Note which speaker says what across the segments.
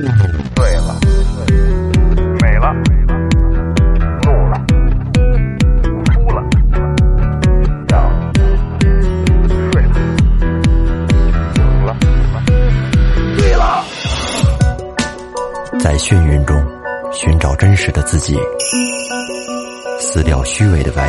Speaker 1: 了，美了，怒了，哭了，笑了，睡了，醒了，醉了。
Speaker 2: 在眩晕中寻找真实的自己，撕掉虚伪的外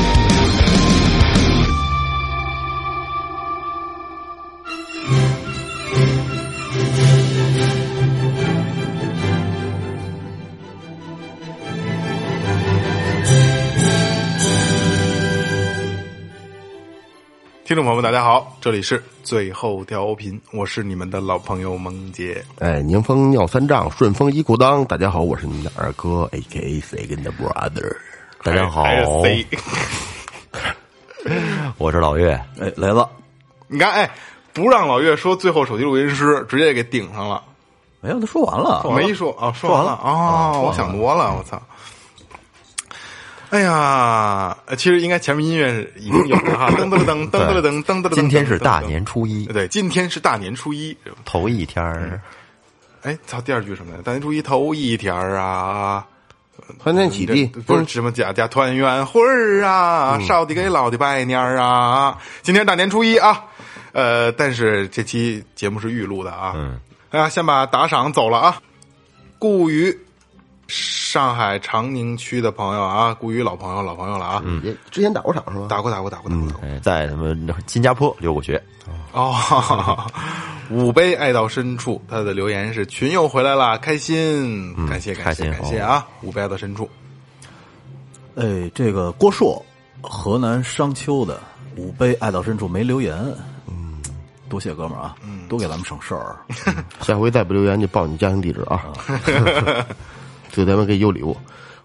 Speaker 3: 听众朋友们，大家好，这里是最后调频，我是你们的老朋友萌姐。
Speaker 4: 哎，宁风尿三丈，顺风一裤裆。大家好，我是你们的二哥，A K A Second Brother。
Speaker 2: 大家好，
Speaker 3: 还是 C，
Speaker 2: 我是老岳。
Speaker 5: 哎，来了，
Speaker 3: 你看，哎，不让老岳说最后手机录音师，直接给顶上了。
Speaker 2: 哎
Speaker 5: 没有，他说完了，
Speaker 3: 没说啊，说完了啊，我想多了，我操！哎呀，呃其实应该前面音乐是已经有了哈，噔噔了噔噔噔了噔噔噔了噔。
Speaker 2: 今天是大年初一，
Speaker 3: 对，今天是大年初一。
Speaker 2: 头一天儿，
Speaker 3: 哎，操，第二句什么来着？大年初一头一天儿啊，嗯
Speaker 4: 欢天喜地，
Speaker 3: 不是什么家家团圆会儿啊，少的给老的拜年儿啊。今天大年初一啊，呃，但是这期节目是预录的啊。嗯，啊，先把打赏走了啊。顾于上海长宁区的朋友啊，顾于老朋友老朋友了啊。嗯，
Speaker 4: 也之前打过场是吗？
Speaker 3: 打过打过打过打过打过。
Speaker 2: 哎在他们新加坡留过学，
Speaker 3: 哦， 五杯爱到深处，他的留言是群友回来啦，开嗯心，感谢感谢
Speaker 2: 开心
Speaker 3: 感谢啊！五杯爱到深处，
Speaker 5: 哎，这个郭硕，河南商丘的五杯爱到深处没留言，嗯，多谢哥们儿啊，
Speaker 6: 嗯
Speaker 5: 多给咱们省事儿。
Speaker 4: 下回再不留言就报你家庭地址啊， 就咱们给邮礼物。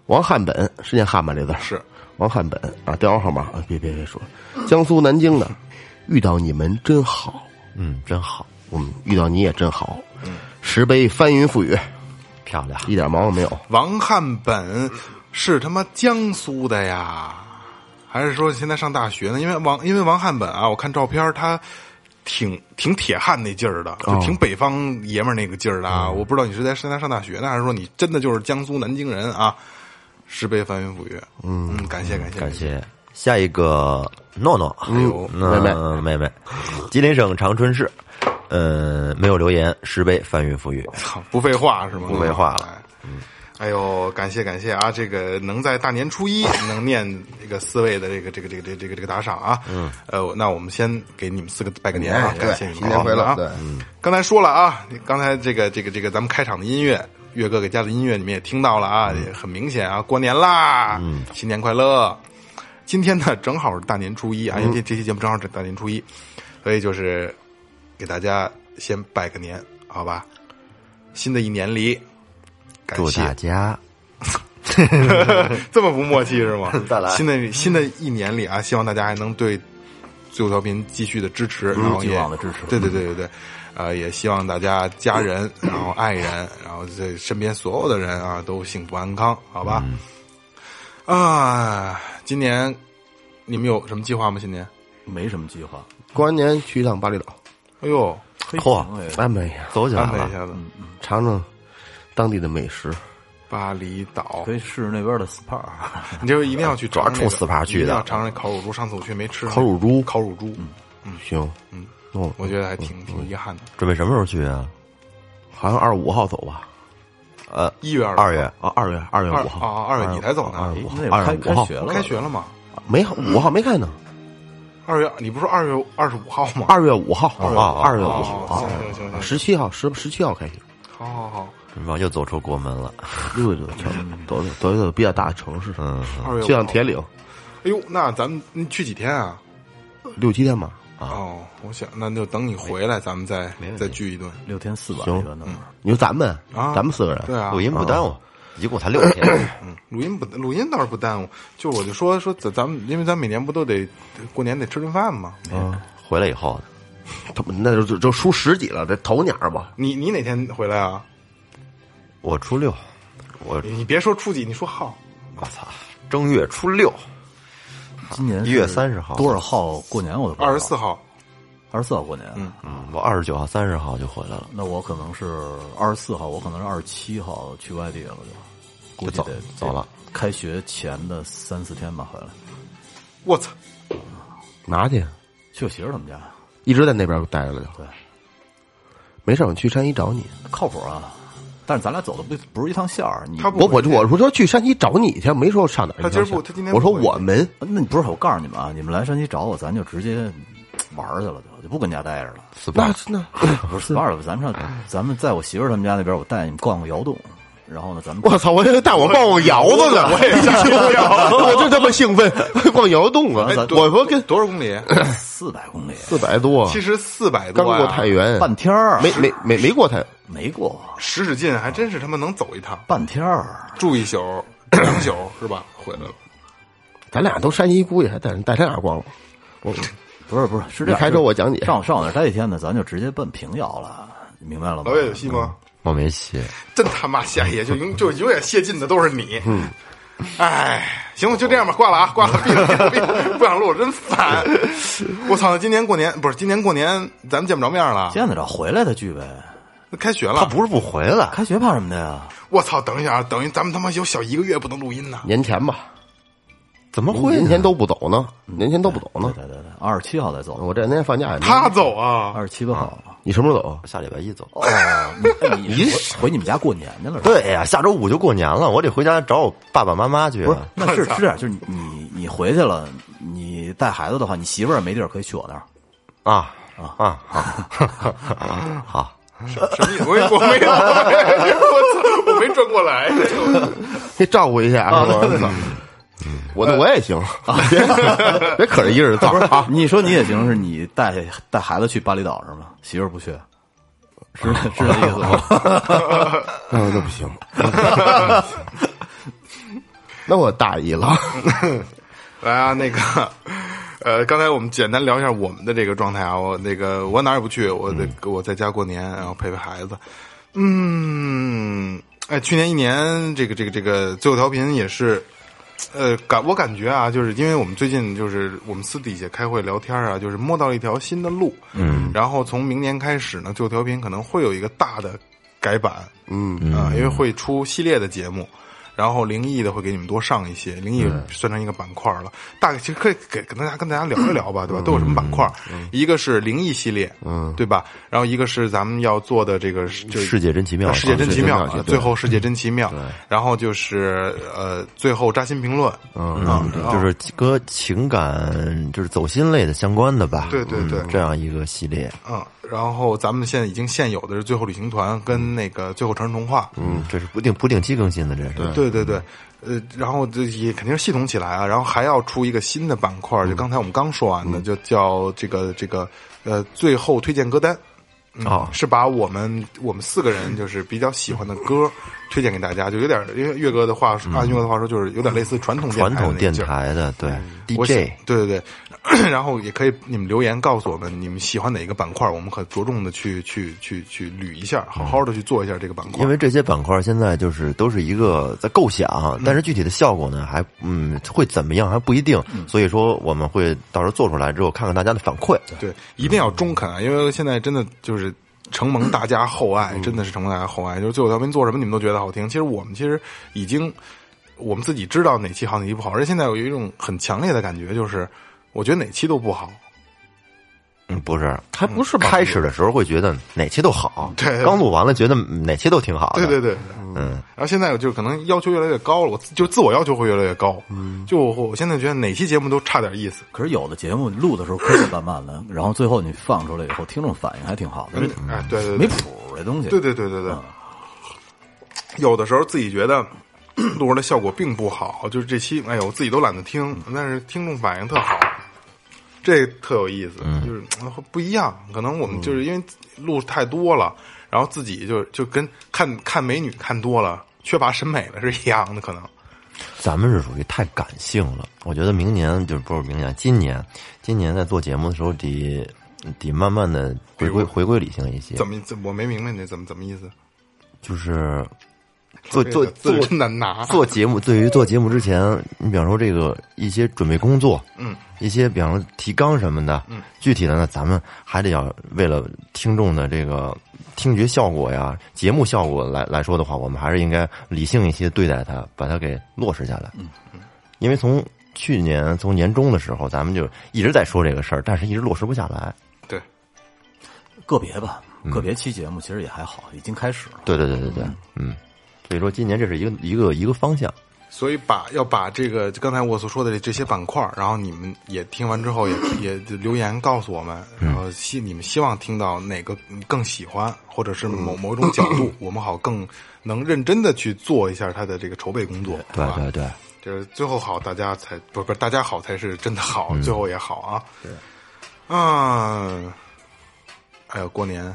Speaker 4: 王汉本是念汉吧这字儿
Speaker 3: 是
Speaker 4: 王汉本啊，电话号码啊，别别别说，江苏南京的，遇到你们真好，
Speaker 2: 嗯，真好，
Speaker 4: 嗯，遇到你也真好，石碑翻云覆雨，
Speaker 2: 漂亮。
Speaker 4: 一点毛病没有。
Speaker 3: 王汉本是他妈江苏的呀，还是说现在上大学呢？因为王因为王汉本啊，我看照片儿他挺挺铁汉那劲儿的，就挺北方爷们儿那个劲儿的啊。我不知道你是在山南上大学呢，还是说你真的就是江苏南京人啊？石碑翻云覆雨，嗯，感谢感谢
Speaker 2: 感谢。下一个诺诺，
Speaker 3: 呦
Speaker 2: 那妹
Speaker 4: 妹
Speaker 2: 妹，吉林省长春市，呃，没有留言，石碑翻云覆雨，
Speaker 3: 操，不废话是吗？
Speaker 2: 不废话了
Speaker 3: 哎。哎呦，感谢感谢啊！这个能在大年初一能念这个四位的这个这个这个这个这个这个打赏啊，嗯，呃，那我们先给你们四个拜个年啊，
Speaker 4: 哎对
Speaker 3: 感谢你们
Speaker 4: 新年快乐
Speaker 3: 啊！
Speaker 4: 对
Speaker 3: 嗯刚才说了啊，刚才这个这个这个咱们开场的音乐，岳哥给加的音乐你们也听到了啊，也很明显啊，过年啦，嗯，新年快乐！今天呢，正好是大年初一啊，因为这这期节目正好是大年初一，所以就是给大家先拜个年，好吧？新的一年里，感
Speaker 2: 祝大
Speaker 3: 谢，
Speaker 2: 家
Speaker 3: 这么不默契是吗？
Speaker 2: 再来
Speaker 3: 新的新的一年里啊，希望大家还能对最后调频继续的支持，
Speaker 2: 嗯
Speaker 3: 然后也
Speaker 5: 寄望的支持
Speaker 3: 对对对对对，呃，也希望大家家人，然后爱人，然后这身边所有的人啊，都幸福安康，好吧？
Speaker 2: 嗯
Speaker 3: 啊，今年你们有什么计划吗？新年？
Speaker 5: 没什么计划，
Speaker 4: 过完年去一趟巴厘岛，
Speaker 3: 哎呦，
Speaker 2: 嚯
Speaker 5: 哎
Speaker 4: 安排一下，
Speaker 2: 走起来
Speaker 3: 安排一
Speaker 2: 了，嗯
Speaker 3: 下子，
Speaker 4: 尝尝当地的美食。
Speaker 3: 巴厘岛
Speaker 5: 可，以试那边的 SPA，
Speaker 3: 你就一定要去
Speaker 2: 主要
Speaker 3: 尝那个，
Speaker 2: 冲死爬去的
Speaker 3: 一定要尝尝烤乳猪。上次我去没吃
Speaker 4: 烤乳猪
Speaker 3: 烤乳猪，
Speaker 4: 行，嗯，哦，
Speaker 3: 我觉得还挺挺遗憾的。
Speaker 2: 准备什么时候去啊？
Speaker 4: 好像二十五号走吧？
Speaker 2: 呃，
Speaker 3: 一月
Speaker 2: 二月，
Speaker 4: 啊，二月二月
Speaker 3: 二
Speaker 4: 五号
Speaker 3: 啊，二月底才走呢，
Speaker 4: 五
Speaker 5: 那也
Speaker 4: 二
Speaker 6: 哎
Speaker 5: 开
Speaker 4: 十
Speaker 5: 开
Speaker 4: 五号
Speaker 5: 学了，
Speaker 3: 开学了吗？
Speaker 4: 没五号没开呢，
Speaker 3: 二月，你不是说二月二十五号吗？
Speaker 4: 二月五号
Speaker 2: 号
Speaker 4: 啊，二月五
Speaker 3: 哦
Speaker 4: 号
Speaker 3: 行行行
Speaker 4: 啊，
Speaker 3: 行，
Speaker 4: 十七号十十七号开学，
Speaker 3: 好好好，
Speaker 2: 这帮又走出国门了，
Speaker 4: 溜达溜达城，
Speaker 6: 嗯
Speaker 4: 走走走一走比较大的城市，
Speaker 2: 嗯，
Speaker 3: 二月
Speaker 4: 就
Speaker 3: 五
Speaker 4: 像
Speaker 3: 号
Speaker 4: 铁岭
Speaker 3: 哎呦，那咱们你去几天啊？
Speaker 4: 六七天吧。
Speaker 3: 哦，我想那就等你回来，咱们再再聚一顿。
Speaker 5: 六天四晚
Speaker 4: 行
Speaker 5: 一般都
Speaker 6: 嗯
Speaker 5: 是。
Speaker 4: 你说咱们
Speaker 3: 啊
Speaker 4: 咱们四个人，
Speaker 3: 对啊
Speaker 2: 录，音不耽误，一共才六天，
Speaker 3: 嗯录音不录音倒是不耽误，就我就说说咱咱们，因为咱每年不都得过年得吃顿饭吗？
Speaker 2: 回来以后
Speaker 4: 他们那就就就输十几了，得头年儿吧。
Speaker 3: 你你哪天回来啊？
Speaker 6: 我初六，我
Speaker 3: 你别说初几，你说号，
Speaker 6: 我操，正月初六，
Speaker 5: 今年
Speaker 6: 1月30号
Speaker 5: 多少号过年我都
Speaker 3: 二十四号，
Speaker 5: 二十四号过年，
Speaker 6: 嗯，我二十九号、三十号就回来了，
Speaker 5: 那我可能是二十四号，我可能是二十七号去外地了就，估计
Speaker 6: 就走
Speaker 5: 得
Speaker 6: 走了。
Speaker 5: 开学前的三四天吧，回来
Speaker 3: 我操，
Speaker 4: 拿去，
Speaker 5: 去我媳妇儿他们家，
Speaker 4: 一直在那边待着了就。
Speaker 5: 对，
Speaker 4: 没事，我去山西找你。
Speaker 5: 靠谱啊。但是咱俩走的不不是一趟线儿，你
Speaker 3: 他不
Speaker 4: 我我我说去山西找你去，没说上哪儿去。
Speaker 3: 他今儿不他今天不
Speaker 4: 我说
Speaker 3: 回
Speaker 4: 我们
Speaker 5: 那你不是我告诉你们啊，你们来山西找我，咱就直接玩儿去了，就就不跟家待着 了。
Speaker 4: 那那
Speaker 5: 不是 SPA 了，咱们上，咱们在我媳妇儿他们家那边，我带你们逛个窑洞，然后呢，咱们
Speaker 4: 我操！我以为带我逛逛窑子呢，哎 我也我就这么兴奋，逛窑洞啊！我说跟
Speaker 3: 多少公里？
Speaker 5: 四百公里，
Speaker 4: 四百多，
Speaker 3: 其实四百
Speaker 4: 刚
Speaker 3: 多啊呀
Speaker 4: 过太原，
Speaker 5: 半天儿
Speaker 4: 没没没没过太，
Speaker 5: 没过
Speaker 3: 使使劲，还真是他妈能走一趟，
Speaker 5: 半天儿，
Speaker 3: 住一宿两宿是吧？回来了，
Speaker 4: 咱俩都山西姑爷，还带带他俩逛了。我
Speaker 5: 不是不是是这
Speaker 4: 你
Speaker 5: 样。
Speaker 4: 开车我讲解，
Speaker 5: 上上我那儿待一天呢，咱就直接奔平遥了，你明白了吗
Speaker 3: 老岳有？戏吗？
Speaker 6: 我没戏。
Speaker 3: 真他妈瞎野，就永就永远泄劲的都是你。嗯，哎，行吧，就这样吧，挂了啊，挂了，闭了，闭了闭了，不想录了，真烦。我操，今年过年不是今年过年，咱们见不着面了，
Speaker 5: 见得着回来再聚呗，
Speaker 3: 开学
Speaker 6: 他
Speaker 3: 了。
Speaker 6: 不是不回来，
Speaker 5: 开学怕什么的呀？
Speaker 3: 我操，等一下啊，等于咱们他妈有小一个月不能录音呢。
Speaker 4: 年前吧，
Speaker 6: 怎么会
Speaker 4: 年
Speaker 6: 呢？
Speaker 4: 前都不走呢，年前都不走
Speaker 5: 嗯
Speaker 4: 呢
Speaker 5: 对。对对对，二十七号再走，
Speaker 4: 我这两天放假也没。
Speaker 3: 他走啊，
Speaker 5: 二十七八号。
Speaker 4: 你什么时候走？啊
Speaker 6: 下礼拜一走。
Speaker 5: 哦，你你回回你们家过年去了？是吧，
Speaker 6: 对呀，下周五就过年了，我得回家找我爸爸妈妈去
Speaker 5: 不是
Speaker 6: 啊。，
Speaker 5: 那是是这样，就是你你回去了，你带孩子的话，你媳妇儿没地儿可以去我那儿。
Speaker 6: 啊啊！好 好，
Speaker 3: 什么意思？我也我没有，我操，我没转过来。
Speaker 4: 得照顾一下啊！我那我也 行，别别可着一人造啊！
Speaker 5: 你说你也行，是你带带孩子去巴厘岛是吗？媳妇儿不去，是是这意思吗？
Speaker 4: 那那不行，那我大意了。
Speaker 3: 来啊，那个，呃，刚才我们简单聊一下我们的这个状态啊。我那个我哪儿也不去，我得、我在家过年，然后陪陪孩子。嗯，哎，去年一年这个这个这个最后调频也是，呃，感我感觉啊，就是因为我们最近就是我们私底下开会聊天啊，就是摸到了一条新的路。嗯，然后从明年开始呢，最后调频可能会有一个大的改版。嗯啊、因为会出系列的节目。然后灵异的会给你们多上一些，灵异算成一个板块了。大概其实可以给跟大家跟大家聊一聊吧，
Speaker 6: 嗯
Speaker 3: 对吧？都有什么板块？一个是灵异系列，嗯，对吧？然后一个是咱们要做的这个是就是
Speaker 6: 世界真奇妙，
Speaker 3: 世界真奇妙，啊
Speaker 6: 对
Speaker 3: 最后世界真奇妙，然后就是呃，最后扎心评论，
Speaker 6: 嗯，就是几个情感就是走心类的相关的吧。
Speaker 3: 对对对
Speaker 6: 嗯这样一个系列，
Speaker 3: 嗯，然后咱们现在已经现有的是最后旅行团跟那个最后城市童话，
Speaker 6: 嗯，这是不定不定期更新的，这是。
Speaker 3: 对对对，呃，然后这也肯定是系统起来啊，然后还要出一个新的板块，
Speaker 6: 嗯
Speaker 3: 就刚才我们刚说完的，就叫这个这个呃最后推荐歌单。嗯
Speaker 6: 哦
Speaker 3: 是把我们我们四个人就是比较喜欢的歌推荐给大家，就有点因为岳哥的话说，按岳哥的话说，就是有点类似传统
Speaker 6: 传
Speaker 3: 台的
Speaker 6: 统
Speaker 3: 那
Speaker 6: 电
Speaker 3: 劲儿嗯
Speaker 6: 台的，对
Speaker 3: 我想
Speaker 6: DJ，
Speaker 3: 对对对， 然后也可以你们留言告诉我们你们喜欢哪一个板块，我们可着重的去去去去捋一下，好好的去做一下这个板块。
Speaker 6: 因为这些板块现在就是都是一个在构
Speaker 3: 嗯
Speaker 6: 想，啊但是具体的效果呢，还嗯会怎么样还不一定，
Speaker 3: 嗯
Speaker 6: 所以说我们会到时候做出来之后看看大家的反馈。
Speaker 3: 对，一定要中肯啊，因为现在真的就是承蒙大家厚爱，真的是承蒙大家厚爱。就是最后调频做什么你们都觉得好听，其实我们其实已经我们自己知道哪期好哪期不好，而且现在有一种很强烈的感觉，就是我觉得哪期都不好，
Speaker 6: 嗯，不是，嗯
Speaker 4: 还不是吧
Speaker 6: 开始的时候会觉得哪期都好，
Speaker 3: 对
Speaker 6: 刚录完了觉得哪期都挺好的，
Speaker 3: 对对对，
Speaker 6: 嗯，
Speaker 3: 然后现在就可能要求越来越高了，我自就自我要求会越来越高，嗯，就我我现在觉得哪期节目都差点意思。
Speaker 5: 可是有的节目录的时候磕磕绊绊的，然后最后你放出来以后，听众反应还挺好的，
Speaker 3: 哎，对对对，
Speaker 5: 没谱儿这东西。
Speaker 3: 对对对对对，有的时候自己觉得录出来效果并不好，就是这期哎呦我自己都懒得听，但是听众反应特好，这特有意思，就是呃不一样。可能我们就是因为录太多了，然后自己就就跟看看美女看多了，缺乏审美了是一样的，可能。
Speaker 6: 咱们是属于太感性了。我觉得明年就是不是明年，今年，今年在做节目的时候得得慢慢的回归回归理性一些。
Speaker 3: 怎么怎我没明白你这怎么怎么意思？
Speaker 6: 就是做
Speaker 3: 这
Speaker 6: 做
Speaker 3: 个
Speaker 6: 做
Speaker 3: 字真难拿，
Speaker 6: 做节目，对于做节目之前，你比方说这个一些准备工作，
Speaker 3: 嗯，
Speaker 6: 一些比方说提纲什么的，嗯，具体的呢，咱们还得要为了听众的这个听觉效果呀、节目效果来来说的话，我们还是应该理性一些对待它，把它给落实下来。嗯，因为从去年从年终的时候，咱们就一直在说这个事儿，但是一直落实不下来。
Speaker 3: 对，
Speaker 5: 个别吧，个别期节目其实也还好，已经开始了。
Speaker 6: 对对对对对，嗯，所以说今年这是一个一个一个方向。
Speaker 3: 所以把要把这个刚才我所说的这这些板块儿，然后你们也听完之后也也留言告诉我们，
Speaker 6: 嗯
Speaker 3: 然后希你们希望听到哪个你更喜欢，或者是某某种角 度，我们好更能认真的去做一下它的这个筹备工作，
Speaker 6: 对
Speaker 3: 吧？
Speaker 6: 对对，
Speaker 3: 就是最后好，大家才不不大家好才是真的好，
Speaker 6: 嗯
Speaker 3: 最后也好啊。对，啊，哎呦，过年，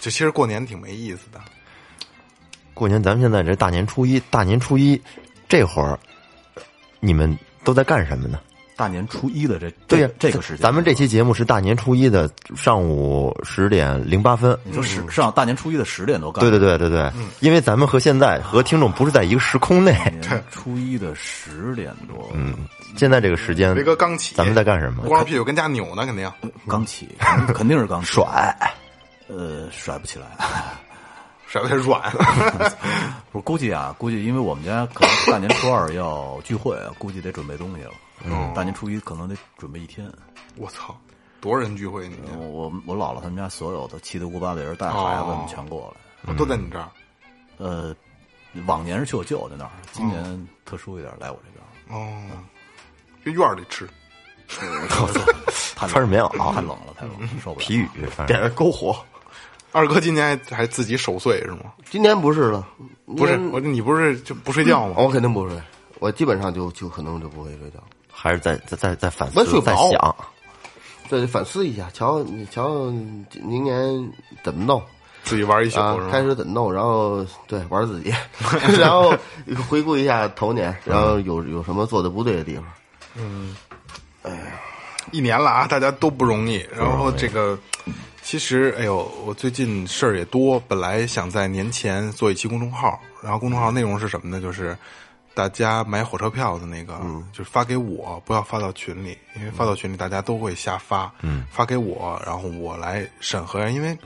Speaker 3: 这其实过年挺没意思的。
Speaker 6: 嗯过年，咱们现在这大年初一，大年初一这会儿，你们都在干什么呢？
Speaker 5: 大年初一的这
Speaker 6: 对
Speaker 5: 这
Speaker 6: 呀，
Speaker 5: 这个时间，
Speaker 6: 咱们这期节目是大年初一的上午十点零八分。
Speaker 5: 你说十上大年初一的十点多干，
Speaker 6: 对对对对对，因为咱们和现在和听众不是在一个时空内，
Speaker 5: 大年初一的十点多，嗯，
Speaker 6: 现在这个时间
Speaker 3: 雷，哥刚起，
Speaker 6: 咱们在干什么？
Speaker 3: 光着屁股跟家扭呢，肯定。
Speaker 5: 刚起，肯定是刚 甩，呃，甩不起来。
Speaker 3: 甩的软，
Speaker 5: 我估计啊，估计因为我们家可能大年初二要聚会，估计得准备东西了。嗯，大年初一可能得准备一天。
Speaker 3: 我操，多少人聚会你这
Speaker 5: 我我我姥姥他们家所有的七大姑八大的人带孩子们全过来。
Speaker 3: 都在你这儿，
Speaker 5: 呃，往年是去我舅舅那儿，今年特殊一点来我这边。
Speaker 3: 哦，就院儿里吃，
Speaker 5: 太冷了
Speaker 6: 穿着棉袄
Speaker 5: 太冷了，太冷了，受不了。
Speaker 6: 皮雨，反正
Speaker 4: 篝火。
Speaker 3: 二哥今年还还自己守岁是吗？
Speaker 4: 今年不是了，
Speaker 3: 不是
Speaker 4: 今，
Speaker 3: 我
Speaker 4: 年
Speaker 3: 说你不是就不睡觉吗？
Speaker 4: 我肯定不是，我基本上就就可能就不会睡觉。
Speaker 6: 还是在在在在反
Speaker 4: 我
Speaker 6: 思，
Speaker 4: 睡不
Speaker 6: 在
Speaker 4: 着
Speaker 6: 想，
Speaker 4: 对，反思一下，瞧你瞧明年怎么弄
Speaker 3: 自己玩一宿
Speaker 4: 啊
Speaker 3: 是？
Speaker 4: 开
Speaker 3: 吗？
Speaker 4: 始怎么弄，然后对玩自己， 然后回顾一下头年，然后有有什么做的不对的地方。
Speaker 3: 一年了啊，大家都不容易。然后这个，其实哎呦，我最近事儿也多，本来想在年前做一期公众号，然后公众号内容是什么呢？就是大家买火车票的那个，
Speaker 6: 嗯
Speaker 3: 就是发给我，不要发到群里，因为发到群里大家都会瞎发。嗯，发给我，然后我来审核，因为。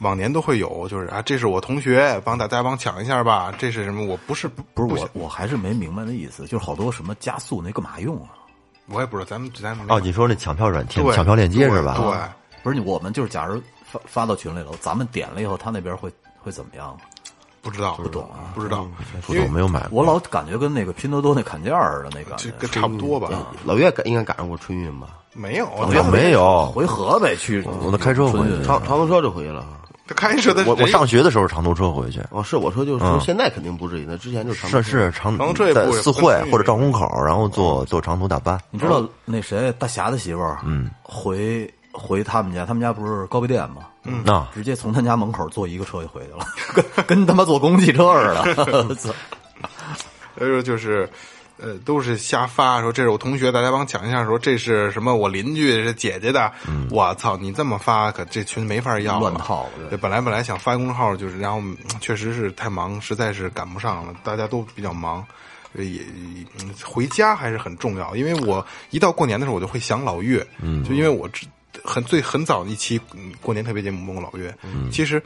Speaker 3: 往年都会有，就是啊，这是我同学，帮大家帮抢一下吧。这是什么？我不是不
Speaker 5: 不是
Speaker 3: 想
Speaker 5: 我，我还是没明白的意思，就是好多什么加速那干嘛用啊？
Speaker 3: 我也不知道，咱们咱们
Speaker 6: 哦，你说那抢票软件、
Speaker 3: 对
Speaker 6: 抢票链接是吧？
Speaker 3: 对，
Speaker 5: 不是你，我们就是假如发发到群里了，咱们点了以后，他那边会会怎么样？
Speaker 6: 啊
Speaker 3: 不知道，不懂啊，不知道，
Speaker 6: 嗯不懂没有买过。
Speaker 5: 我老感觉跟那个拼多多那砍价儿的那感
Speaker 3: 这
Speaker 5: 觉。
Speaker 3: 个啊差不多吧。
Speaker 6: 嗯
Speaker 4: 嗯老岳赶应该赶上过春运吧？
Speaker 3: 没有，
Speaker 6: 我嗯哦没有，
Speaker 5: 回河北去，
Speaker 6: 哦我都开车回去。
Speaker 4: 长长途车就回去了。
Speaker 3: 他开车的
Speaker 6: 我我上学的时候长途车回去，
Speaker 4: 哦，是我说就是
Speaker 5: 嗯
Speaker 4: 说现在肯定不至于，那之前就是长途
Speaker 6: 是是长
Speaker 3: 长途车也
Speaker 6: 在
Speaker 3: 不
Speaker 6: 四惠或者赵公口，然后坐坐长途大巴。
Speaker 5: 你知道那谁大侠的媳妇儿，嗯，回回他们家，他们家不是高碑店吗？嗯，
Speaker 6: 那
Speaker 5: 直接从他家门口坐一个车就回去了， 跟跟他妈坐公共汽车似的。 操
Speaker 3: 所以说哎就是，呃，都是瞎发说这是我同学，大家帮我抢一下，说这是什么我邻居是姐姐的，
Speaker 6: 嗯
Speaker 3: 我操，你这么发可这群没法
Speaker 6: 啊
Speaker 3: 要了啊
Speaker 5: 乱套了对
Speaker 3: 对，本来本来想发公众号，就是然后嗯确实是太忙，实在是赶不上了，大家都比较忙。呃也嗯回家还是很重要，因为我一到过年的时候，我就会想老岳，嗯，就因为我之很最很早的一期嗯过年特别节目问过老岳，其实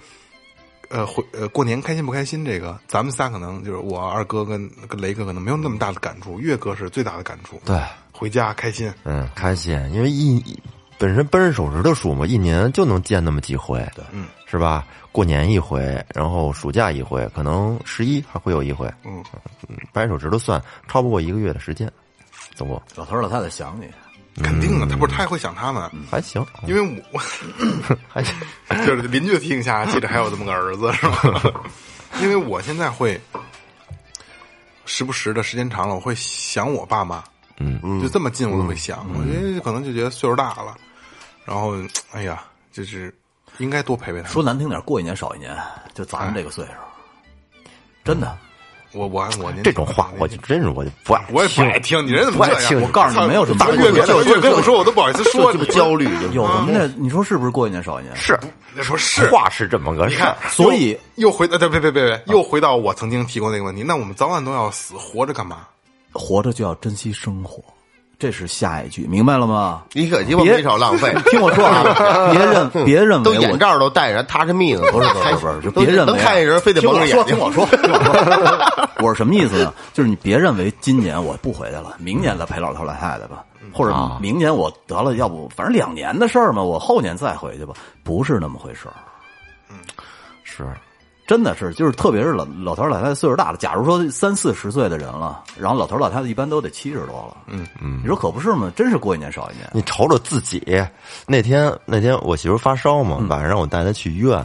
Speaker 3: 呃，回呃，过年开心不开心？这个咱们仨可能就是我二哥跟跟雷哥可能没有那么大的感触，岳哥是最大的感触。
Speaker 6: 对，
Speaker 3: 回家开心，
Speaker 6: 嗯，开心，因为一一本身掰着手指头数嘛，一年就能见那么几回，对，嗯，是吧？过年一回，然后暑假一回，可能十一还会有一回，
Speaker 3: 嗯，
Speaker 6: 掰着手指头算，超不过一个月的时间，走过
Speaker 5: 老头儿老太太想你，
Speaker 3: 肯定的，他不是他也会想他们，
Speaker 6: 还行，
Speaker 3: 因为我
Speaker 6: 还 行，
Speaker 3: 就是邻居提醒下，记得还有这么个儿子是吧？因为我现在会时不时的时间长了，我会想我爸妈，
Speaker 6: 嗯
Speaker 3: 就这么近我都会想，我觉得可能就觉得岁数大了，然后哎呀，就是应该多陪陪他们。
Speaker 6: 嗯
Speaker 5: 说难听点，过一年少一年，就咱们这个岁数，真的。
Speaker 3: 我我我您
Speaker 6: 这种话我就真是我就不爱听，
Speaker 3: 我也不爱听，你人怎么这
Speaker 6: 不爱
Speaker 3: 样？
Speaker 6: 听
Speaker 3: 我
Speaker 5: 告诉你没有什么
Speaker 3: 大越
Speaker 5: 这
Speaker 3: 脸，
Speaker 5: 这
Speaker 3: 越跟我说我都不好意思说
Speaker 4: 这
Speaker 3: 你
Speaker 4: 不。焦虑就嗯
Speaker 5: 有
Speaker 6: 啊
Speaker 5: 什么呢？你说是不是过一年少一年？
Speaker 6: 是
Speaker 3: 那说是
Speaker 6: 话是这么个
Speaker 3: 你
Speaker 6: 事
Speaker 3: 看
Speaker 6: 儿，，
Speaker 5: 所以
Speaker 3: 又又回呃到，对，别别别别，又回到我曾经提过那个问题。那我们早晚都要死，活着干嘛？
Speaker 5: 活着就要珍惜生活，这是下一句，明白了吗？
Speaker 4: 你可鸡巴没少浪费。 嗯
Speaker 5: 听 我说啊，别认别认
Speaker 4: 都
Speaker 5: 为我
Speaker 4: 眼罩都戴着，他是命，啊不是
Speaker 5: 不是不是，就
Speaker 4: 都
Speaker 5: 别认为
Speaker 4: 能
Speaker 5: 啊
Speaker 4: 看见人非得蒙着眼睛。
Speaker 5: 听我说，听我说，听我说， 我是什么意思呢？就是你别认为今年我不回去了，明年再陪老头老太太吧，
Speaker 4: 嗯
Speaker 5: 或者明年我得了，要不反正两年的事儿嘛，我后年再回去吧，不是那么回事儿。
Speaker 6: 是
Speaker 5: 真的是，就是特别是老老头老太太岁数大了，假如说三四十岁的人了，然后老头老太太一般都得七十多了，嗯嗯，你说可不是吗？真是过一年少一年。
Speaker 6: 你瞅瞅自己，那天那天我媳妇发烧嘛，
Speaker 3: 嗯
Speaker 6: 晚上让我带她去医院，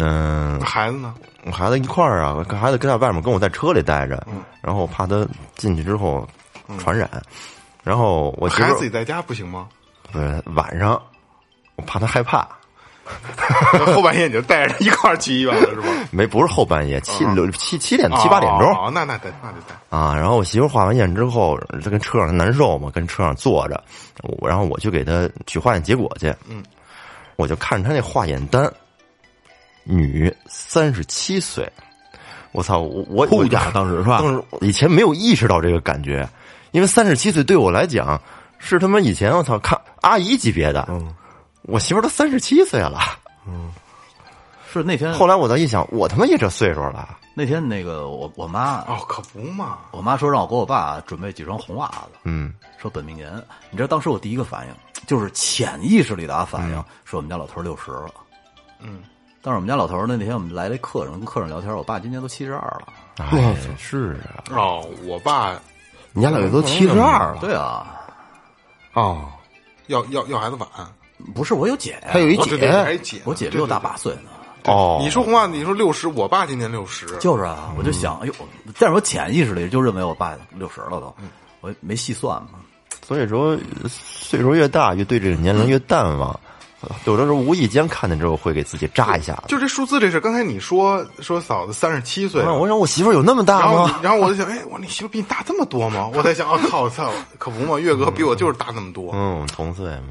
Speaker 6: 嗯、
Speaker 3: 孩子呢？
Speaker 6: 我孩子一块儿啊，跟孩子跟在外面跟我在车里待着，
Speaker 3: 嗯
Speaker 6: 然后我怕他进去之后传染，然后我媳妇
Speaker 3: 孩子自己在家不行吗？
Speaker 6: 不是晚上，我怕他害怕，
Speaker 3: 后半夜你就带着一块儿去医院了是 吧？
Speaker 6: 没不是后半夜七六七七点七
Speaker 3: 哦
Speaker 6: 八点钟，
Speaker 3: 嗯哦，那那得那得带。
Speaker 6: 啊，然后我媳妇化完验之后，她跟车上她难受嘛，跟车上坐着，我然后我去给她取化验结果去，嗯，我就看着她那化验单，女三十七岁，我操，我我
Speaker 4: 护家当时是吧
Speaker 6: 当时我以前没有意识到这个感觉，因为三十七岁对我来讲是他妈以前我操看阿姨级别的，
Speaker 4: 嗯
Speaker 6: 我媳妇儿都三十七岁了，
Speaker 5: 是那天
Speaker 6: 后来我再一想，我他妈也这岁数了，
Speaker 5: 那天那个我我妈
Speaker 3: 哦，可不嘛。
Speaker 5: 我妈说让我给我爸准备几双红袜子，
Speaker 6: 嗯，
Speaker 5: 说本命年。你知道当时我第一个反应就是潜意识里的啊反应，说我们家老头六十了。嗯，但是我们家老头呢，那天我们来了一客人，跟客人聊天，我爸今年都七十二了。
Speaker 6: 哎，是啊，
Speaker 3: 哦，我爸
Speaker 4: 你家老岳都七十二了，
Speaker 5: 对啊，
Speaker 6: 哦，
Speaker 3: 要要要孩子晚。
Speaker 5: 不是我有姐，
Speaker 4: 还有一
Speaker 3: 哦对对对还有姐
Speaker 4: 姐
Speaker 3: 呢，
Speaker 5: 我姐比
Speaker 3: 对
Speaker 5: 我大。八岁呢。
Speaker 6: 哦，
Speaker 3: 你说红袜，你说六十，我爸今年六十，
Speaker 5: 就是啊，我就想，哎呦，但是我潜意识里就认为我爸六十了都，我也没细算嘛。
Speaker 6: 所以说，呃岁数越大，越对这个年龄越淡忘。有的时候无意间看见之后，会给自己扎一下子。
Speaker 3: 就这数字这事儿。刚才你说说嫂子三十七岁
Speaker 6: 我
Speaker 3: 了，
Speaker 6: 想，我想我媳妇儿有那么
Speaker 3: 然
Speaker 6: 大
Speaker 3: 后
Speaker 6: 吗？
Speaker 3: 然后我就想，哎，我那媳妇比你大这么多吗？我在想，我、靠，我操，可不嘛，岳哥比我就是大那么多。
Speaker 6: 嗯，同岁嘛，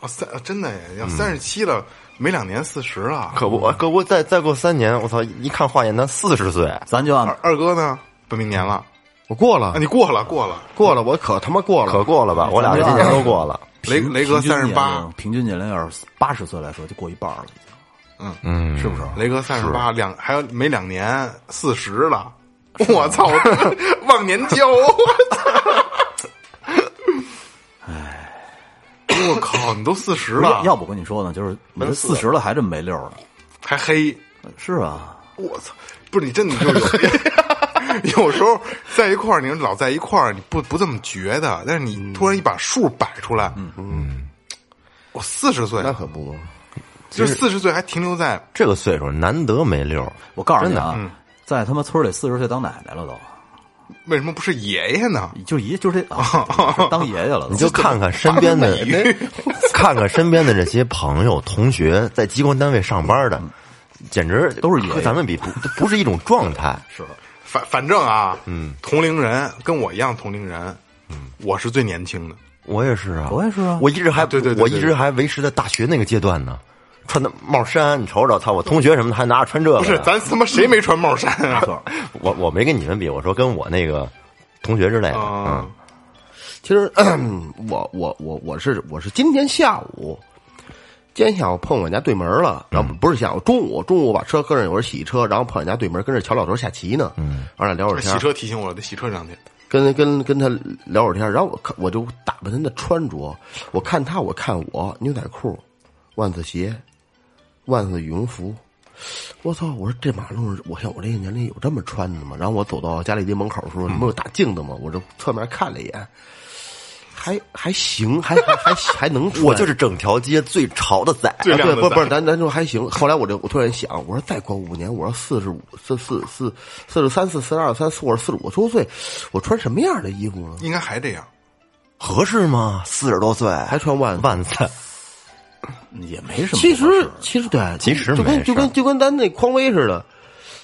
Speaker 3: 哦，三真的耶，要三十七了，没两年四十了。
Speaker 6: 可不，可不，再再过三年，我操，一看化验单四十岁，
Speaker 5: 咱就按
Speaker 3: 二二哥呢？本命年了
Speaker 4: 我过了
Speaker 3: 啊！，你过了，过了。
Speaker 4: 过了，我可他妈过了，
Speaker 6: 可过了吧？我俩这今年都过了。
Speaker 3: 雷
Speaker 5: 平
Speaker 3: 雷哥
Speaker 5: 平均
Speaker 3: 三十
Speaker 5: 年
Speaker 3: 八
Speaker 5: 龄，平均年龄要是八十岁来说，就过一半了。
Speaker 6: 嗯，是不是？
Speaker 3: 雷哥三十八，两还有没两年四十了。 我操！我忘年交，我操！哎，我靠！你都四十
Speaker 5: 不是
Speaker 3: 了，
Speaker 5: 要不我跟你说呢，就是你这四十了还这么没溜儿呢。
Speaker 3: 还黑。
Speaker 5: 是啊，
Speaker 3: 我操！不是你真的就 有，有时候在一块儿，你说老在一块儿，你不不这么觉得，但是你突然一把数摆出来，嗯，我四十岁
Speaker 4: 那，可不嘛。
Speaker 3: 就四十岁还停留在
Speaker 6: 这个岁数难得没溜儿。
Speaker 5: 我告诉你
Speaker 6: 真的
Speaker 5: 啊，在他妈村里四十岁当奶奶了都，
Speaker 3: 为什么不是爷爷呢？
Speaker 5: 就爷就这啊，当爷爷了都，
Speaker 6: 你就看看身边 的，看看身边的这些朋友、同学，在机关单位上班的，简直
Speaker 5: 都是爷
Speaker 6: 和
Speaker 5: 爷
Speaker 6: 咱们比不不是一种状态。
Speaker 5: 是
Speaker 3: 反反正啊，嗯，同龄人跟我一样同龄人，嗯，我是最年轻的，
Speaker 6: 我也是啊，
Speaker 5: 我也是啊
Speaker 6: 我一直还
Speaker 3: 对对对对
Speaker 6: 我一直还维持在大学那个阶段呢，穿的帽衫，你瞅瞅，操，我同学什么的还拿着穿这个呢，
Speaker 3: 不是咱他妈谁没穿帽衫啊？
Speaker 6: 我我没跟你们比，我说跟我那个同学之类的，
Speaker 3: 啊
Speaker 6: 嗯，
Speaker 4: 其实 我我我我是我是今天下午，今天下午碰我家对门了，
Speaker 5: 嗯
Speaker 4: 然后不是下午，中午中午把车搁那有人洗车，然后碰我家对门跟这乔老头下棋呢，嗯，俺俩聊会儿天
Speaker 3: 洗，车提醒我，得洗车上去。
Speaker 4: 跟跟跟他聊会儿天，然后我看我就打扮他的穿着，我看他，我看我牛仔裤、万字鞋、万字羽绒服。我操！我说这马路上，我像我这个年龄有这么穿的吗？然后我走到家里街门口的时候，
Speaker 6: 嗯
Speaker 4: 你们有大镜子吗？我就侧面看了一眼，还还行，还还还还能 穿。
Speaker 6: 我就是整条街最潮的仔，
Speaker 3: 最
Speaker 4: 啊
Speaker 3: 亮
Speaker 4: 对，
Speaker 3: 的
Speaker 4: 不不是，
Speaker 3: 仔
Speaker 4: 咱咱说还行。后来我就我突然想，我说再过五年，我要四十五、四四四、四十三、四四十二、三四，我四十五周岁，我穿什么样的衣服呢？
Speaker 3: 应该还这样。
Speaker 6: 合适吗？四十多岁
Speaker 4: 还
Speaker 6: 还
Speaker 4: 穿万
Speaker 6: 万岁，
Speaker 5: 也没什么。
Speaker 4: 其实其实对，
Speaker 6: 其实
Speaker 4: 就
Speaker 6: 没
Speaker 4: 跟
Speaker 6: 事
Speaker 4: 就
Speaker 6: 儿
Speaker 4: 跟就跟咱那匡威似的，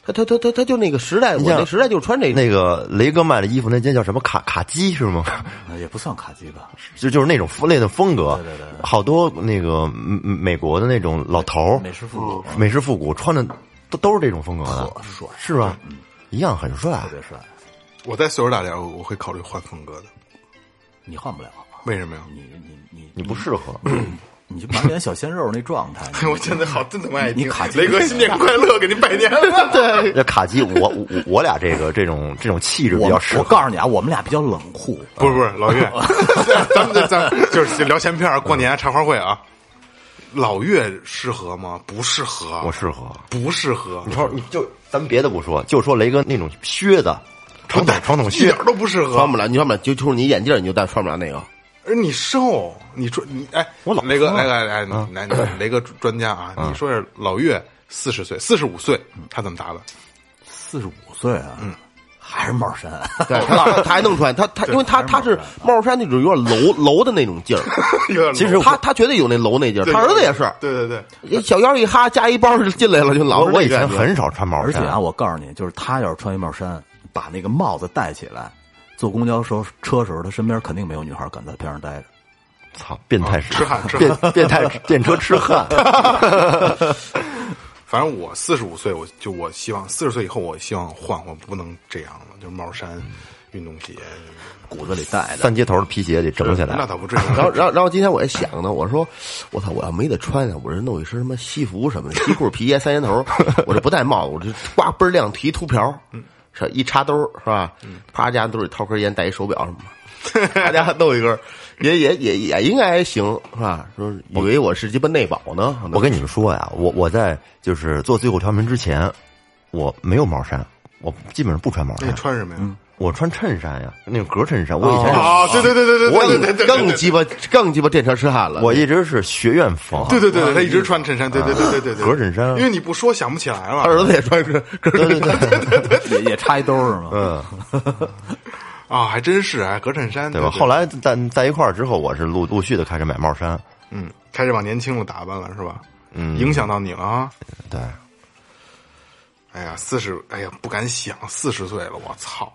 Speaker 4: 他他他他他就那个时代，我
Speaker 6: 你像
Speaker 4: 那时代就穿这
Speaker 6: 那个雷哥卖的衣服那件叫什么卡卡基是吗？
Speaker 5: 也不算卡机吧，
Speaker 6: 就就是那种风类的风格，好多那个嗯嗯美国的那种老头儿
Speaker 5: 美式复古
Speaker 6: 美式复古穿的都都是这种风格的，是吧？一样很帅，啊
Speaker 5: 特别帅，
Speaker 3: 我再岁数大点，我我会考虑换风格的。
Speaker 5: 你换不了，
Speaker 3: 为什么呀？
Speaker 5: 你你你
Speaker 6: 你不适合。
Speaker 5: 你就满脸小鲜肉那状态，
Speaker 3: 我真的好，真他妈爱
Speaker 5: 你
Speaker 3: 听
Speaker 5: 卡。机
Speaker 3: 雷哥新年快乐，给您拜年了。对，
Speaker 6: 那卡基，我我我俩这个这种这种气质比
Speaker 5: 我
Speaker 6: 较适合。
Speaker 5: 我告诉你啊，我们俩比较冷酷，
Speaker 3: 不是不是，老岳， 咱们这咱们就是聊闲篇儿过年茶话会啊。老岳适合吗？不适合，
Speaker 6: 我适合。
Speaker 3: 不适合？
Speaker 6: 你瞅，你就咱们别的不说，就说雷哥那种靴子，传统传统
Speaker 3: 一
Speaker 6: 靴
Speaker 3: 点，儿都不适合。
Speaker 4: 穿不了，你穿不了，就就是你眼镜儿你就戴穿不了那个。
Speaker 3: 而你瘦，你专你哎，
Speaker 6: 我老
Speaker 3: 雷哥，
Speaker 6: 说
Speaker 3: 来来来，你来你雷哥专家啊，你说是老岳四十岁，四十五岁，他怎么打扮？
Speaker 5: 四十五岁啊，还是帽衫，
Speaker 4: 对，他他还能穿，他他因为他他是帽衫那种有点楼楼的那 种劲儿，
Speaker 3: 其
Speaker 4: 他他绝对有那楼那劲儿，他儿子也是，
Speaker 3: 对对对，
Speaker 4: 一小腰一哈加一包就进来了，就
Speaker 6: 我
Speaker 4: 老是
Speaker 6: 我
Speaker 4: 那
Speaker 6: 以前
Speaker 4: 感觉
Speaker 6: 很少穿帽
Speaker 5: 而且
Speaker 6: 衫，
Speaker 5: 啊，我告诉你，就是他要是穿一帽衫，把那个帽子戴起来，坐公交时候车时候，他身边肯定没有女孩敢在边上待着。
Speaker 6: 操，变态
Speaker 3: 痴汉痴汉
Speaker 6: 变变态电车痴汉，
Speaker 3: 反正我四十五岁，我就我希望四十岁以后，我希望换换，不能这样了，就是帽衫、运动鞋，
Speaker 5: 骨子里带 的。
Speaker 6: 三接头的皮鞋得整起
Speaker 3: 那
Speaker 6: 来。
Speaker 3: 倒不至 于。
Speaker 4: 然后，然后，然后今天我也想呢，我说，我操，我要没得穿呀，我这弄一身什么西服什么的，西裤、皮鞋、三 尖头，我这不戴帽子，我这刮倍儿亮，提秃瓢，
Speaker 3: 嗯
Speaker 4: 是一插兜儿是吧？啪家兜里掏根烟，戴一手表什么的，啪家弄一根儿，也也也也应该还行是吧？说以为我是鸡巴内保呢，可能
Speaker 6: 我跟你们说呀，我我在就是做最后调频之前，我没有帽衫，我基本上不穿帽
Speaker 3: 那你
Speaker 6: 衫，
Speaker 3: 穿什么呀？
Speaker 6: 我穿衬衫呀，那种格衬衫。我以前是
Speaker 3: 啊，对对对 对对，
Speaker 4: 我
Speaker 3: 对对
Speaker 4: 已
Speaker 3: 对
Speaker 4: 更鸡巴更鸡巴电车痴汉了，
Speaker 6: 我一直是学院风，啊
Speaker 3: 对对对对，他一直穿衬衫，对对对对对对，
Speaker 6: 格衬衫
Speaker 3: 因为你不说想不起来了
Speaker 4: 儿子也穿根根
Speaker 6: 对对对，
Speaker 5: 也也插一兜儿是吗？
Speaker 6: 嗯，
Speaker 3: 啊，还真是哎，格衬衫
Speaker 6: 对吧？后来在在一块儿之后，我是陆陆续的开始买帽衫，
Speaker 3: 嗯，开始往年轻了打扮了是吧？嗯，影响到你了啊。
Speaker 6: 对。
Speaker 3: 哎呀，四十，哎呀，不敢想，四十岁了，我操！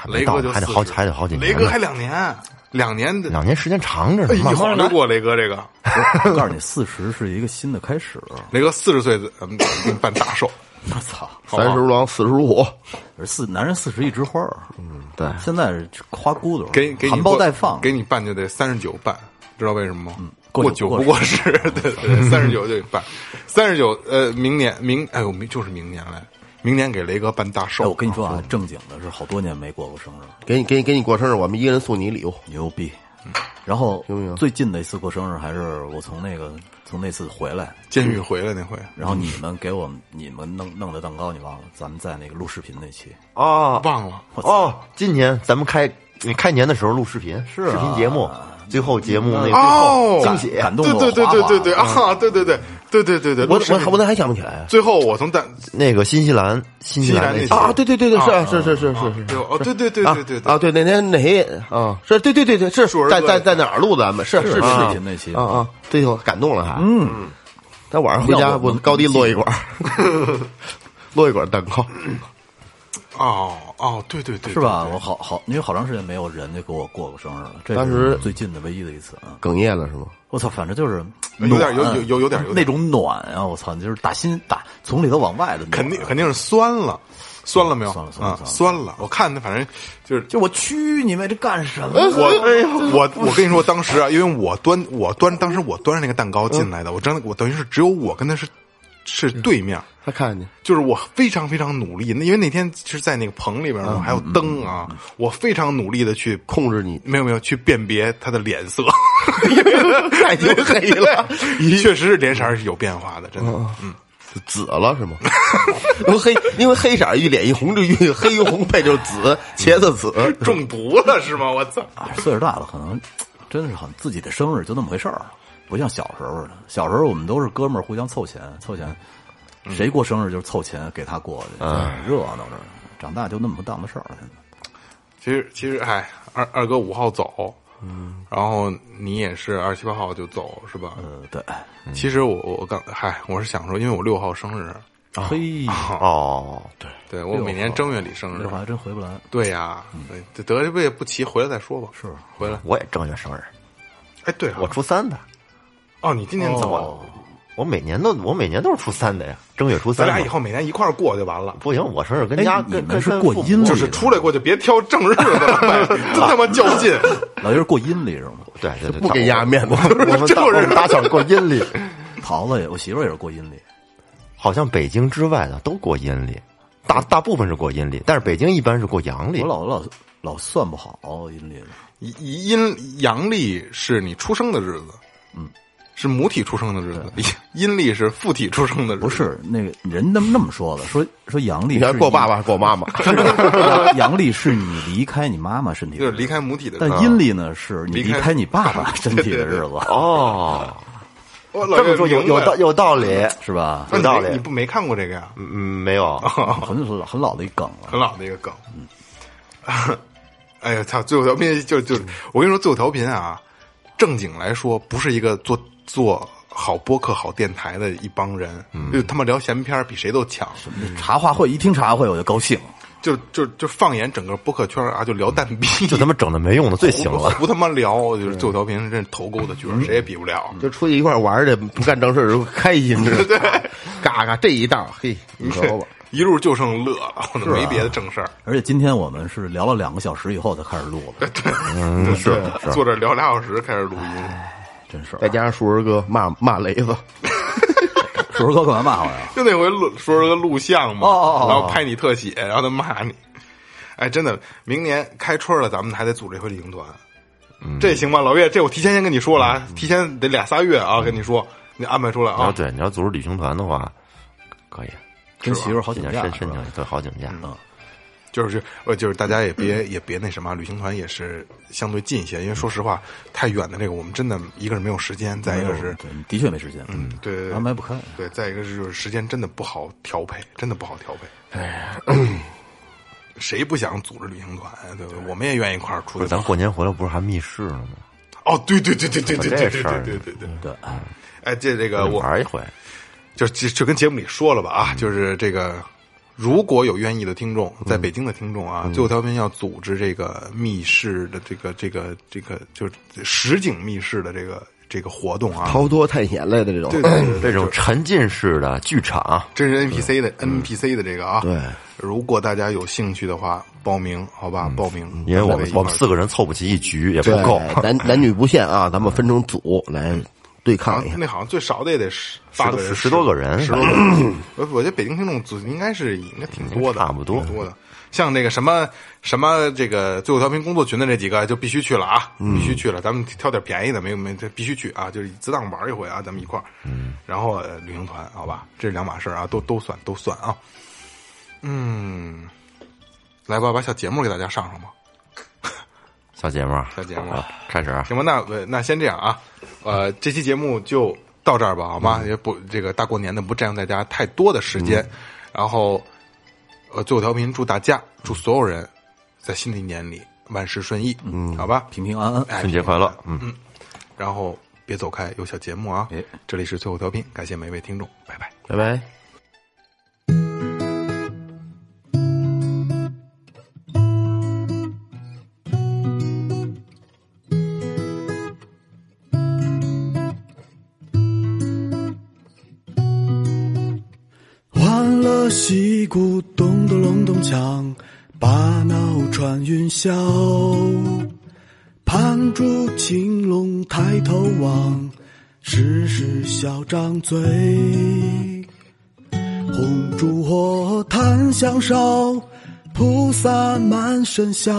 Speaker 6: 还没
Speaker 3: 雷
Speaker 6: 到
Speaker 3: 哥就
Speaker 6: 还得
Speaker 3: 40
Speaker 6: 好还得好几年
Speaker 3: 雷
Speaker 6: 呢，
Speaker 3: 哥还两年，两年的，
Speaker 6: 两年时间长着
Speaker 3: 哎，
Speaker 6: 呢，
Speaker 3: 一
Speaker 6: 慢
Speaker 3: 晃
Speaker 6: 慢
Speaker 3: 就
Speaker 6: 来。
Speaker 3: 过雷哥这个。
Speaker 5: 我告诉你，四十是一个新的开始。啊
Speaker 3: 雷哥四十岁的嗯办大寿，
Speaker 5: 我操，
Speaker 3: 不好
Speaker 4: 三十如狼四十如虎，
Speaker 5: 而四男人四十一枝花儿，嗯，
Speaker 4: 对
Speaker 5: 现在是花骨朵，
Speaker 3: 给给你
Speaker 5: 含苞
Speaker 3: 过
Speaker 5: 待放，
Speaker 3: 给你办就得三十九办，知道为什么吗？
Speaker 5: 过
Speaker 3: 过久
Speaker 5: 久不
Speaker 3: 不过时，对对对，三十 九就得办，三十九呃，明年明哎呦，明就是明年了，明年给雷哥办大
Speaker 5: 哎，
Speaker 3: 寿。
Speaker 5: 我跟你说啊，正经的是好多年没过过生日了，
Speaker 4: 给你给你给你过生日，我们一个人送你礼物，
Speaker 5: 牛逼。然后
Speaker 4: 行不行
Speaker 5: 最近的一次过生日还是我从那个从那次回来，
Speaker 3: 监狱回来那回，
Speaker 5: 然后你们给我们你们弄弄的蛋糕，你忘了？咱们在那个录视频那期，
Speaker 6: 哦
Speaker 3: 忘了
Speaker 6: 哦，今年咱们开开年的时候录视频，
Speaker 5: 啊
Speaker 6: 视频节目，最后节目那个最
Speaker 3: 哦
Speaker 6: 后惊
Speaker 5: 感
Speaker 6: 喜，
Speaker 5: 感动
Speaker 3: 对
Speaker 5: 的
Speaker 3: 对对对对对啊，对对
Speaker 5: 嗯
Speaker 3: 对对对对对，
Speaker 4: 我
Speaker 3: 陆生
Speaker 4: 我我那还想不起来啊
Speaker 3: 最后我从蛋
Speaker 6: 那个新西兰新西兰
Speaker 3: 新西兰那
Speaker 6: 次
Speaker 4: 啊，对对对对，
Speaker 3: 啊
Speaker 4: 是是是是是是。
Speaker 3: 对哦，对对对
Speaker 4: 啊
Speaker 3: 对对对
Speaker 4: 啊，对，那天哪谁啊？是对对对对，是
Speaker 3: 树儿
Speaker 4: 在
Speaker 3: 哥
Speaker 4: 在在哪儿录的？咱们是是
Speaker 5: 是视
Speaker 4: 是
Speaker 5: 频那期
Speaker 4: 啊啊！对，我感动了还。嗯，但晚上回
Speaker 5: 要
Speaker 4: 家
Speaker 5: 不
Speaker 4: 我高低落一管儿，落一管儿蛋糕。
Speaker 3: 哦哦，对对对，
Speaker 5: 是吧？
Speaker 3: 对
Speaker 5: 我好好，因为好长时间没有人家给我过过生日了，这
Speaker 4: 当
Speaker 5: 是
Speaker 4: 时
Speaker 5: 最近的唯一的一次啊！
Speaker 4: 哽咽了是吗？
Speaker 5: 我操，反正就是
Speaker 3: 有点有
Speaker 5: 暖啊
Speaker 3: 有有有点有点
Speaker 5: 那种暖啊！我操，就是打心打从里头往外的啊暖，
Speaker 3: 肯定肯定是酸了，酸了没有？
Speaker 5: 酸了酸了
Speaker 3: 啊，
Speaker 5: 酸了
Speaker 3: 酸了。我看他反正就是
Speaker 5: 就哎我去你妹，这干什么？
Speaker 3: 我我我跟你说，当时啊，因为我端我端当时我端着那个蛋糕进来的，我真的我等于是只有我跟他是是
Speaker 5: 嗯
Speaker 3: 对面，
Speaker 4: 他看见
Speaker 3: 就是我非常非常努力，那因为那天是在那个棚里边
Speaker 4: 嗯
Speaker 3: 嘛，还有灯啊，我非常努力的去
Speaker 4: 控制你，
Speaker 3: 没有没有去辨别他的脸色，
Speaker 4: 太牛黑了，
Speaker 3: 确实是脸色儿是有变化的，真的。嗯，
Speaker 4: 就紫了是吗？ 因为黑，因为黑色儿一脸一红就一黑一红配就是紫，茄子紫。
Speaker 3: 中毒了是吗？我操！
Speaker 5: 啊岁数大了，可能真的是很自己的生日就那么回事儿，啊不像小时候似的。小时候我们都是哥们儿互相凑钱，凑钱，谁过生日就是凑钱给他过去，热闹着呢。长大就那么不当的事儿了，现在。
Speaker 3: 其实其实，哎，二二哥五号走，嗯，然后你也是二七八号就走是吧？
Speaker 4: 嗯
Speaker 5: 呃，对，
Speaker 3: 其实我我刚嗨，我是想说，因为我六号生日，
Speaker 5: 嘿，
Speaker 6: 哦，
Speaker 3: 对我每年正月里生
Speaker 5: 这
Speaker 3: 日
Speaker 5: 话，还真回不来。
Speaker 3: 对呀，
Speaker 4: 嗯
Speaker 3: 对得这位不齐，回来再说吧。是回来，
Speaker 6: 我也正月生日，
Speaker 3: 哎，对啊
Speaker 6: 我初三的，
Speaker 3: 哦，你今年怎么了？
Speaker 6: 我每年都我每年都是初三的呀，正月初
Speaker 3: 咱
Speaker 6: 三嘛。
Speaker 3: 俩以后每年一块儿过就完了。
Speaker 6: 不行，我生日跟
Speaker 5: 哎
Speaker 6: 家
Speaker 5: 你
Speaker 6: 跟
Speaker 5: 们
Speaker 6: 跟
Speaker 5: 是
Speaker 6: 跟
Speaker 5: 过
Speaker 6: 父母
Speaker 5: 阴历
Speaker 3: 就是出来过就别挑正日子 了，
Speaker 6: 啊
Speaker 3: 拜真他妈较劲。
Speaker 5: 老爷过阴历是吗？
Speaker 6: 对对对，
Speaker 4: 不给
Speaker 6: 压
Speaker 4: 丫面子。
Speaker 6: 我们大我们打小过阴历，
Speaker 5: 桃子也，我媳妇儿也是过阴历。
Speaker 6: 好像北京之外的都过阴历，大大部分是过阴历，但是北京一般是过阳历
Speaker 5: 我。老老老算不好阴历，
Speaker 3: 以以阴阳历是你出生的日子，
Speaker 5: 嗯，
Speaker 3: 是母体出生的日子，阴历是父体出生的日子。
Speaker 5: 不是那个人那么那么说的，说说阳历
Speaker 4: 你
Speaker 5: 是
Speaker 4: 看
Speaker 5: 你
Speaker 4: 过爸，爸过妈妈，
Speaker 5: 阳历是你离开你妈妈身体的
Speaker 3: 就
Speaker 5: 日
Speaker 3: 是
Speaker 5: 子，
Speaker 3: 离开母体的日
Speaker 5: 但
Speaker 3: 子。
Speaker 5: 阴历呢是你
Speaker 3: 离
Speaker 5: 离
Speaker 3: 开
Speaker 5: 开你爸爸身体的日子，
Speaker 6: 哦，
Speaker 3: 我老
Speaker 6: 这么说有有道
Speaker 3: 道
Speaker 6: 有道理，
Speaker 5: 是吧？
Speaker 6: 有道理
Speaker 3: 你不没看过这个呀？
Speaker 6: 嗯，没有，
Speaker 3: 哦
Speaker 5: 很老很老的一梗了。
Speaker 3: 很老的一个梗。哎呀，操！最后调频就
Speaker 6: 嗯
Speaker 3: 就我跟你说，最后调频啊，正经来说，不是一个做做好播客、好电台的一帮人，
Speaker 6: 嗯
Speaker 3: 就他妈聊闲篇儿比谁都强。
Speaker 5: 茶话会一听茶话会我就高兴，
Speaker 3: 就就就放眼整个播客圈儿啊，就聊蛋逼，
Speaker 6: 嗯就 他妈整的没用的最行
Speaker 3: 不
Speaker 6: 了。嗯
Speaker 3: 不他妈聊，就是最后调频是真是头钩的角儿，谁也比不了。
Speaker 4: 就出去一块玩儿去，不干正事儿就开心着。对，嘎嘎这一道，嘿，你说吧，
Speaker 3: 一路就剩乐了，我都
Speaker 6: 啊
Speaker 3: 没别的正事儿，
Speaker 5: 而且今天我们是聊了两个小时以后才开始录 的，
Speaker 6: 嗯，是
Speaker 3: 坐这儿聊俩小时开始录音，
Speaker 5: 真是。
Speaker 3: 哎
Speaker 4: 再加上树儿哥骂骂雷子，
Speaker 5: 叔叔哥干嘛骂我 呀？
Speaker 3: 就那回录说是个录像嘛，
Speaker 5: 哦哦哦哦
Speaker 3: 然后拍你特写，然后他骂你。哎，真的，明年开春了，咱们还得组这回旅行团，这行吗？老岳，这我提前先跟你说了啊，提前得俩仨月啊，跟你说，你安排出来
Speaker 6: 你要
Speaker 3: 啊。
Speaker 6: 对你要组织旅行团的话，可以，
Speaker 5: 跟媳妇儿好
Speaker 6: 申
Speaker 5: 请
Speaker 6: 请
Speaker 5: 假
Speaker 6: 申
Speaker 5: 是
Speaker 6: 申
Speaker 5: 吧？嗯
Speaker 6: 请对好请假。
Speaker 3: 就是呃，就是大家也别也别那什么，旅行团也是相对近一些，因为说实话，太远的这个我们真的一个是没有时间，再一个是
Speaker 5: 对，的确没时间，嗯，
Speaker 3: 对对对
Speaker 5: 安排不开。
Speaker 3: 对，再一个是就是时间真的不好调配，真的不好调配。哎， 谁不想组织旅行团啊呀？对不对？我们也愿意一块儿
Speaker 6: 不
Speaker 3: 出去
Speaker 6: 是，咱
Speaker 3: 玩。
Speaker 6: 过年回来不是还密室了吗？
Speaker 3: 哦，对对对对对对对
Speaker 6: 这
Speaker 3: 对
Speaker 6: 事儿啊
Speaker 3: 对对对对。
Speaker 5: 对，
Speaker 3: 哎，这这个我
Speaker 6: 玩一嗯回，
Speaker 3: 就就就跟节目里说了吧啊，就是这个。如果有愿意的听众，
Speaker 6: 嗯
Speaker 3: 在北京的听众啊，最后调频要组织这个密室的这个这个这个，就是实景密室的这个这个活动啊，
Speaker 4: 逃脱探险类的这种，
Speaker 3: 对对对对
Speaker 6: 这种嗯沉浸式的剧场，
Speaker 3: 真是 NPC 的 NPC 的这个啊。
Speaker 4: 对，
Speaker 3: 如果大家有兴趣的话，报名好吧，报名，
Speaker 6: 嗯因为我们我们四
Speaker 3: 个。
Speaker 6: 个人凑不齐一局也不
Speaker 4: 对
Speaker 6: 够，
Speaker 4: 男男女不限啊，咱们分成组来对
Speaker 3: 好
Speaker 4: 抗一
Speaker 3: 啊
Speaker 4: 下
Speaker 3: 像。那好像最少的也得十
Speaker 6: 十
Speaker 3: 八个
Speaker 6: 多
Speaker 3: 人，
Speaker 6: 十十多个人，
Speaker 3: 十多个人。我我觉得北京听众组应该是应该挺多的，
Speaker 6: 差不多
Speaker 3: 挺多的。像这个什么什么这个最后调频工作群的这几个就必须去了啊，
Speaker 6: 嗯
Speaker 3: 必须去了。咱们挑点便宜的，没有没这必须去啊，就是自当玩一回啊，咱们一块儿。嗯，然后呃旅行团好吧，这是两码事儿啊，都都算都算啊。嗯，来吧，把小节目给大家上上吧。
Speaker 6: 小节目啊，
Speaker 3: 小节目
Speaker 6: 好开始啊，
Speaker 3: 行吧，那呃那先这样啊，呃，这期节目就到这儿吧，好
Speaker 6: 嗯
Speaker 3: 吗？也不这个大过年的不占用大家太多的时间，然后呃，最后调频祝大家祝所有人在新的一年里万事顺意，嗯，好吧，
Speaker 5: 平平安安，
Speaker 3: 哎
Speaker 6: 春节快乐，嗯。
Speaker 3: 然后别走开，有小节目啊
Speaker 5: 哎，
Speaker 3: 这里是最后调频，感谢每一位听众，拜拜。
Speaker 4: 拜拜。
Speaker 7: 欢乐西鼓咚咚隆咚锵，把闹穿云霄。盘珠青龙抬头望，时时笑张嘴。红烛火檀香烧，菩萨满身香。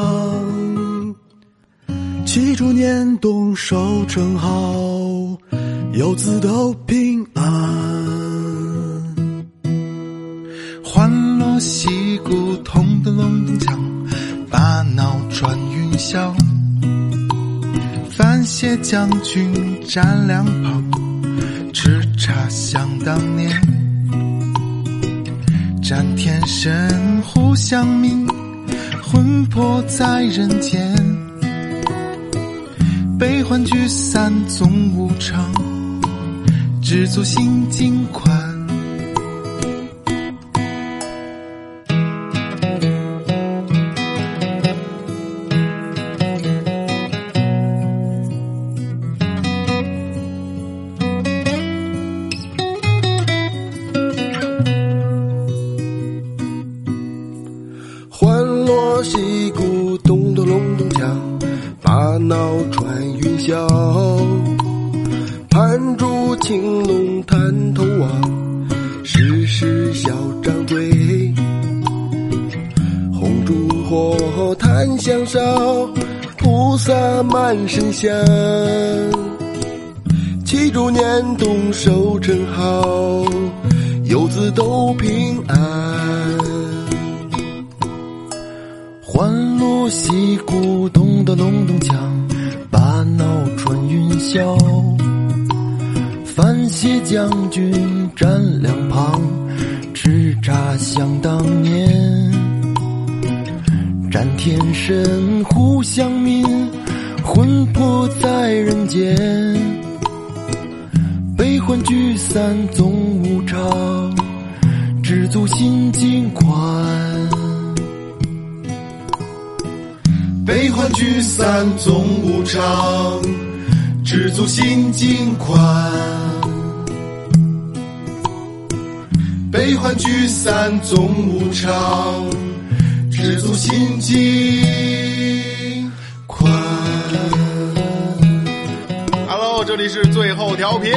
Speaker 7: 祈祝年冬收成好，游子都平安。
Speaker 8: 欢乐戏鼓，同的隆咚锵，把脑转云霄。番茄将军站两旁，叱咤想当年。战天神呼相鸣，魂魄在人间。悲欢聚散总无常，知足心尽宽。欢锣击鼓，咚咚隆咚锵，把脑传云霄。盘珠青龙探头望，时时小掌柜。红烛火，檀香烧，菩萨满身香。祈祝年冬收成好，游子都平安。欢锣击鼓，咚的隆咚锵，把闹传云霄。范谢将军站两旁，叱咤想当年。战天神护乡民，魂魄在人间。悲欢聚散总无常，知足心境宽。悲欢聚散总无常，知足心境宽。悲欢聚散总无常。知足心境宽。
Speaker 3: Hello，这里是最后调频，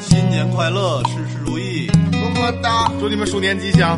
Speaker 5: 新年快乐，事事如意。
Speaker 3: 么么哒，祝你们鼠年吉祥。